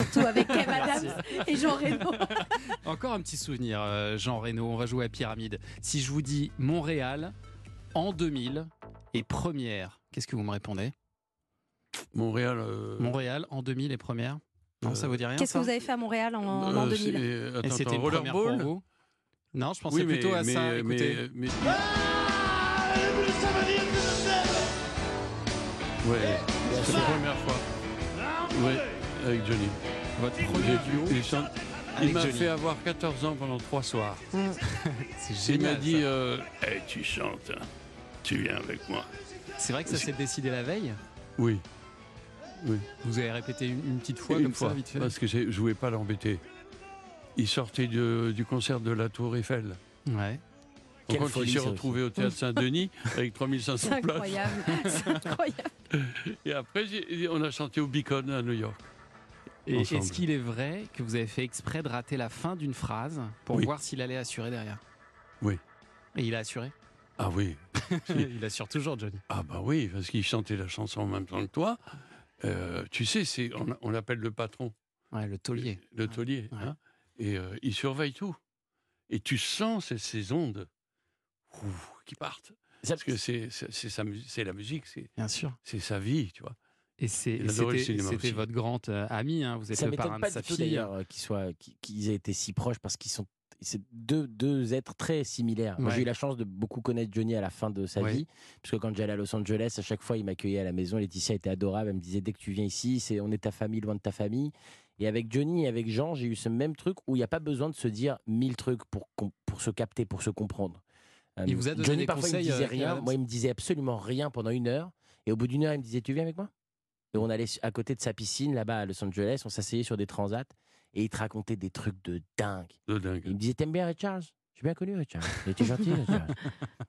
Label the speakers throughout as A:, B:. A: surtout avec Kev Adams et Jean Reno.
B: Encore un petit souvenir, euh, Jean Reno. On va jouer à Pyramide. Si je vous dis Montréal en 2000 et première, qu'est-ce que vous me répondez
C: Montréal. euh,
B: Montréal en 2000 et première Non, ça vous dit rien
A: Qu'est-ce que
B: ça
A: vous avez fait à Montréal en, en
C: euh,
A: 2000
C: c'est-
B: Et
C: attends,
B: c'était
C: attends,
B: une première pour
C: rollerball
B: vous Non, je pensais plutôt à ça. Écoutez,
C: mais- Ouais, c'est la première fois. Ouais, avec Johnny.
B: votre
C: J'ai
B: premier duo
C: dû- il chante-
B: avec
C: Il m'a
B: Johnny.
C: fait avoir 14 ans pendant 3 soirs.
B: C'est
C: Il
B: génial.
C: m'a dit
B: ça.
C: euh, Hey, tu chantes, hein. tu viens avec moi.
B: C'est vrai que ça s'est décidé la veille
C: Oui,
B: Vous avez répété une, une petite fois
C: une
B: comme
C: fois,
B: ça, vite fait
C: parce que j'ai- je voulais pas l'embêter. Il sortait de- du concert de la Tour Eiffel.
B: Ouais.
C: Au
D: Quelle
C: compte,
D: folie,
C: il s'est
D: ça aussi.
C: retrouvé au théâtre Saint-Denis avec 3500
A: C'est
C: places.
A: incroyable. C'est incroyable.
C: Et après, j'ai- on a chanté au Beacon à New York.
B: Et
C: Ensemble.
B: est-ce qu'il est vrai que vous avez fait exprès de rater la fin d'une phrase pour
C: Oui.
B: voir s'il allait assurer derrière
C: Oui.
B: Et il a assuré
C: Ah oui,
B: Il assure toujours, Johnny.
C: ah bah oui, parce qu'il chantait la chanson en même temps que toi. Euh, tu sais, c'est on, on l'appelle le patron,
B: Ouais, le taulier.
C: le taulier,
B: Ouais.
C: hein. et euh, il surveille tout. Et tu sens ces, ces ondes ouf, qui partent,
D: Ça-
C: parce que c'est c'est c'est sa mu- c'est la musique, c'est
B: Bien sûr.
C: c'est sa vie, tu vois.
B: Et c'est-
C: Il adorait le
B: c'était
C: cinéma
B: c'était
C: aussi.
B: votre grande euh, amie, hein, vous êtes
D: Ça
B: le parrain
D: m'étonne
B: de
D: pas
B: sa
D: du tout
B: fille.
D: d'ailleurs euh, qu'ils soient, qu'ils- qu'ils aient été si proches parce qu'ils sont c'est deux, deux êtres très similaires. Moi,
B: Ouais.
D: j'ai eu la chance de beaucoup connaître Johnny à la fin de sa
B: Ouais.
D: vie, puisque quand j'allais à Los Angeles, à chaque fois, il m'accueillait à la maison. Laetitia était adorable. Elle me disait dès que tu viens ici, c'est on est ta famille, loin de ta famille. Et avec Johnny et avec Jean, j'ai eu ce même truc où il n'y a pas besoin de se dire mille trucs pour, com- pour se capter, pour se comprendre. Euh,
B: Il vous a donné
D: Johnny,
B: des
D: parfois, il
B: conseils,
D: me disait
B: euh,
D: rien.
B: Kev
D: Moi, il me disait absolument rien pendant une heure. Et au bout d'une heure, il me disait Tu viens avec moi Et on allait à côté de sa piscine, là-bas à Los Angeles, on s'asseyait sur des transats et il te racontait des trucs de dingue.
C: De
D: Et
C: dingue.
D: il me disait T'aimes bien Ray Charles J'ai bien connu Ray Charles. Il était gentil, Ray Charles.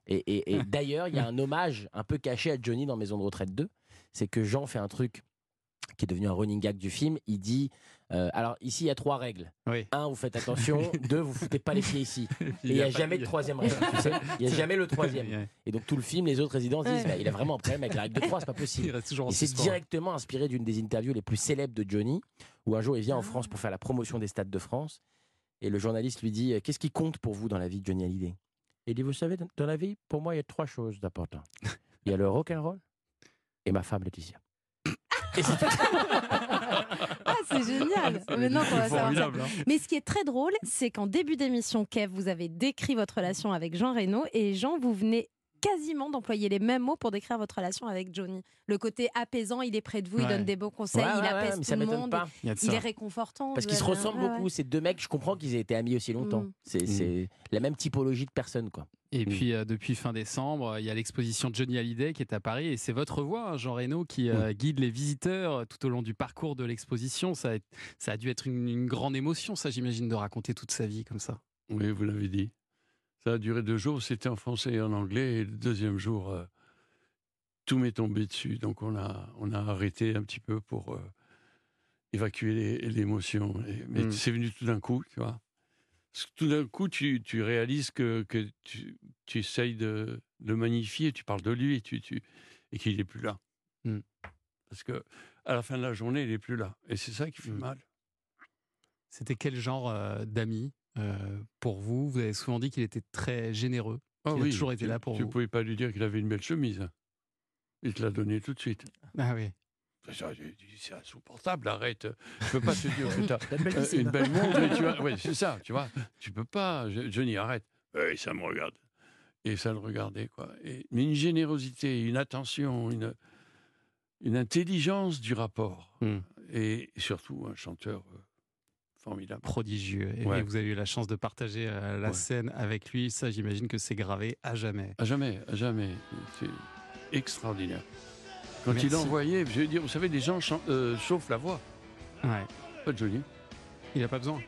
D: Et, et- et d'ailleurs, il y a un hommage un peu caché à Johnny dans Maison de retraite 2. C'est que Jean fait un truc qui est devenu un running gag du film. Il dit euh, Alors, ici, il y a trois règles.
B: Oui.
D: Un, vous faites attention. Deux, vous foutez pas les pieds ici. Et il n'y
B: y a
D: a,
B: pas-
D: jamais
B: il y
D: de
B: a-
D: troisième règle. tu sais. Il n'y a jamais le troisième.
B: Ouais.
D: Et donc tout le film, les autres résidents se disent
A: Ouais.
D: bah, il a vraiment un problème avec la règle de 3, c'est pas
B: Il
D: possible.
B: reste toujours en
D: Et c'est
B: suspens.
D: directement inspiré d'une des interviews les plus célèbres de Johnny, où un jour il vient en France pour faire la promotion des stades de France, et le journaliste lui dit euh, Qu'est-ce qui compte pour vous dans la vie de Johnny Hallyday Et il dit Vous savez, dans- dans la vie, pour moi, il y a trois choses d'importantes il y a le rock'n'roll et ma femme Laetitia.
A: Ah, c'est génial.
D: Oh,
A: Maintenant qu'on va savoir ça.
C: Formidable. hein.
A: Mais ce qui est très drôle, c'est qu'en début d'émission, Kev, vous avez décrit votre relation avec Jean Reno et Jean, vous venez quasiment d'employer les mêmes mots pour décrire votre relation avec Johnny. Le côté apaisant, il est près de vous, il
B: Ouais.
A: donne des beaux conseils,
D: Ouais,
A: il
D: ouais, ouais,
A: apaise
D: mais
A: tout
D: ça
A: le
D: m'étonne
A: monde,
D: pas.
B: Il y a de
A: il
B: ça.
A: est réconfortant.
D: Parce qu'ils se
A: Ouais,
D: ressemblent
A: ouais,
D: beaucoup, ces deux mecs, je comprends qu'ils aient été amis aussi longtemps.
A: Mm.
D: C'est c'est la même typologie de personnes, quoi.
B: Et
C: Mm.
B: puis euh, depuis fin décembre, euh, il y a l'exposition de Johnny Hallyday qui est à Paris et c'est votre voix, hein, Jean Reno, qui euh, guide les visiteurs euh, tout au long du parcours de l'exposition. Ça, a- ça a dû être une, une grande émotion, ça j'imagine, de raconter toute sa vie comme ça.
C: Oui, vous l'avez dit. Ça a duré deux jours, c'était en français et en anglais. Et le deuxième jour, euh, tout m'est tombé dessus. Donc on a, on a arrêté un petit peu pour euh, évacuer les- l'émotion. Et- Mais
B: Mm.
C: c'est venu tout d'un coup, tu vois. Parce que Tout d'un coup, tu, tu réalises que, que tu, tu essayes de le magnifier, tu parles de lui et, tu, tu, et qu'il n'est plus là.
B: Mm.
C: Parce que à la fin de la journée, il n'est plus là. Et c'est ça qui fait
B: Mm.
C: mal.
B: C'était quel genre euh, d'ami euh, pour vous Vous avez souvent dit qu'il était très généreux.
C: Ah
B: Il a toujours été
C: tu-
B: là pour
C: Tu
B: vous.
C: pouvais pas lui dire qu'il avait une belle chemise. Il te l'a donnée tout de suite.
B: Ah oui.
C: Ça, j'ai dit, C'est insupportable, arrête. Je peux pas te dire que t'as
D: La belle
C: euh, une belle montre. mais tu vois, ouais, c'est ça, tu vois. Tu peux pas, Je- Johnny, arrête. Oui, ça me regarde. Et ça le regardait, quoi. Et, mais une générosité, une attention, une, une intelligence du rapport.
B: Hmm.
C: Et surtout, un chanteur euh, formidable.
B: Prodigieux. Et-
C: Ouais.
B: Et vous avez eu la chance de partager euh, la
C: Ouais.
B: scène avec lui. Ça, j'imagine que c'est gravé à jamais.
C: À Ah, jamais, à jamais. C'est extraordinaire. Quand
B: Merci.
C: il envoyait, je veux dire, vous savez, les gens chan- euh, chauffent la voix.
B: Ouais.
C: Pas de Johnny.
B: Il n'a pas besoin.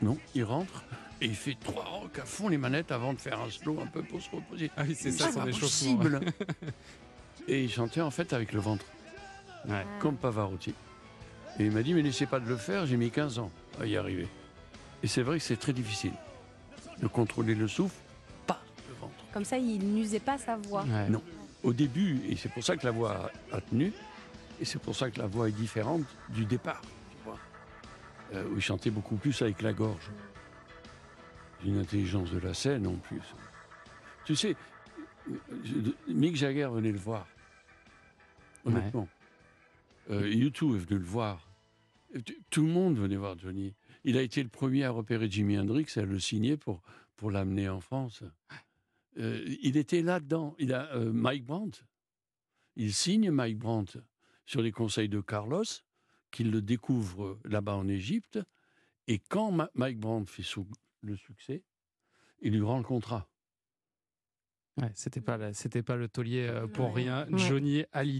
C: Non, il rentre et il fait trois rocs à fond les manettes avant de faire un slow un peu pour se reposer.
B: Ah oui, c'est ça, son
C: pas
B: échauffement.
C: possible.
B: hein.
C: Et il chantait en fait avec le ventre,
B: Ouais.
A: ouais.
C: comme Pavarotti. Et il m'a dit, mais n'essayez pas de le faire, j'ai mis 15 ans à y arriver. Et c'est vrai que c'est très difficile de contrôler le souffle par le ventre.
A: Comme ça, il n'usait pas sa voix.
B: Ouais.
C: Non. Au début, et c'est pour ça que la voix a a tenu, et c'est pour ça que la voix est différente du départ. tu vois. euh, où il chantait beaucoup plus avec la gorge. Une intelligence de la scène en plus. Tu sais, je- Mick Jagger venait le voir. Honnêtement. Euh, U2 est venu le voir. Et tu- Tout le monde venait voir Johnny. Il a été le premier à repérer Jimi Hendrix et à le signer pour, pour l'amener en France. Euh, il était là-dedans. Il a euh, Mike Brandt. Il signe Mike Brandt sur les conseils de Carlos, qu'il le découvre euh, là-bas en Égypte. Et quand Ma- Mike Brandt fait sou- le succès, il lui rend le contrat.
B: Ouais, c'était pas, la- c'était pas le taulier euh, pour
A: Ouais.
B: rien.
A: Ouais.
B: Johnny Hallyday.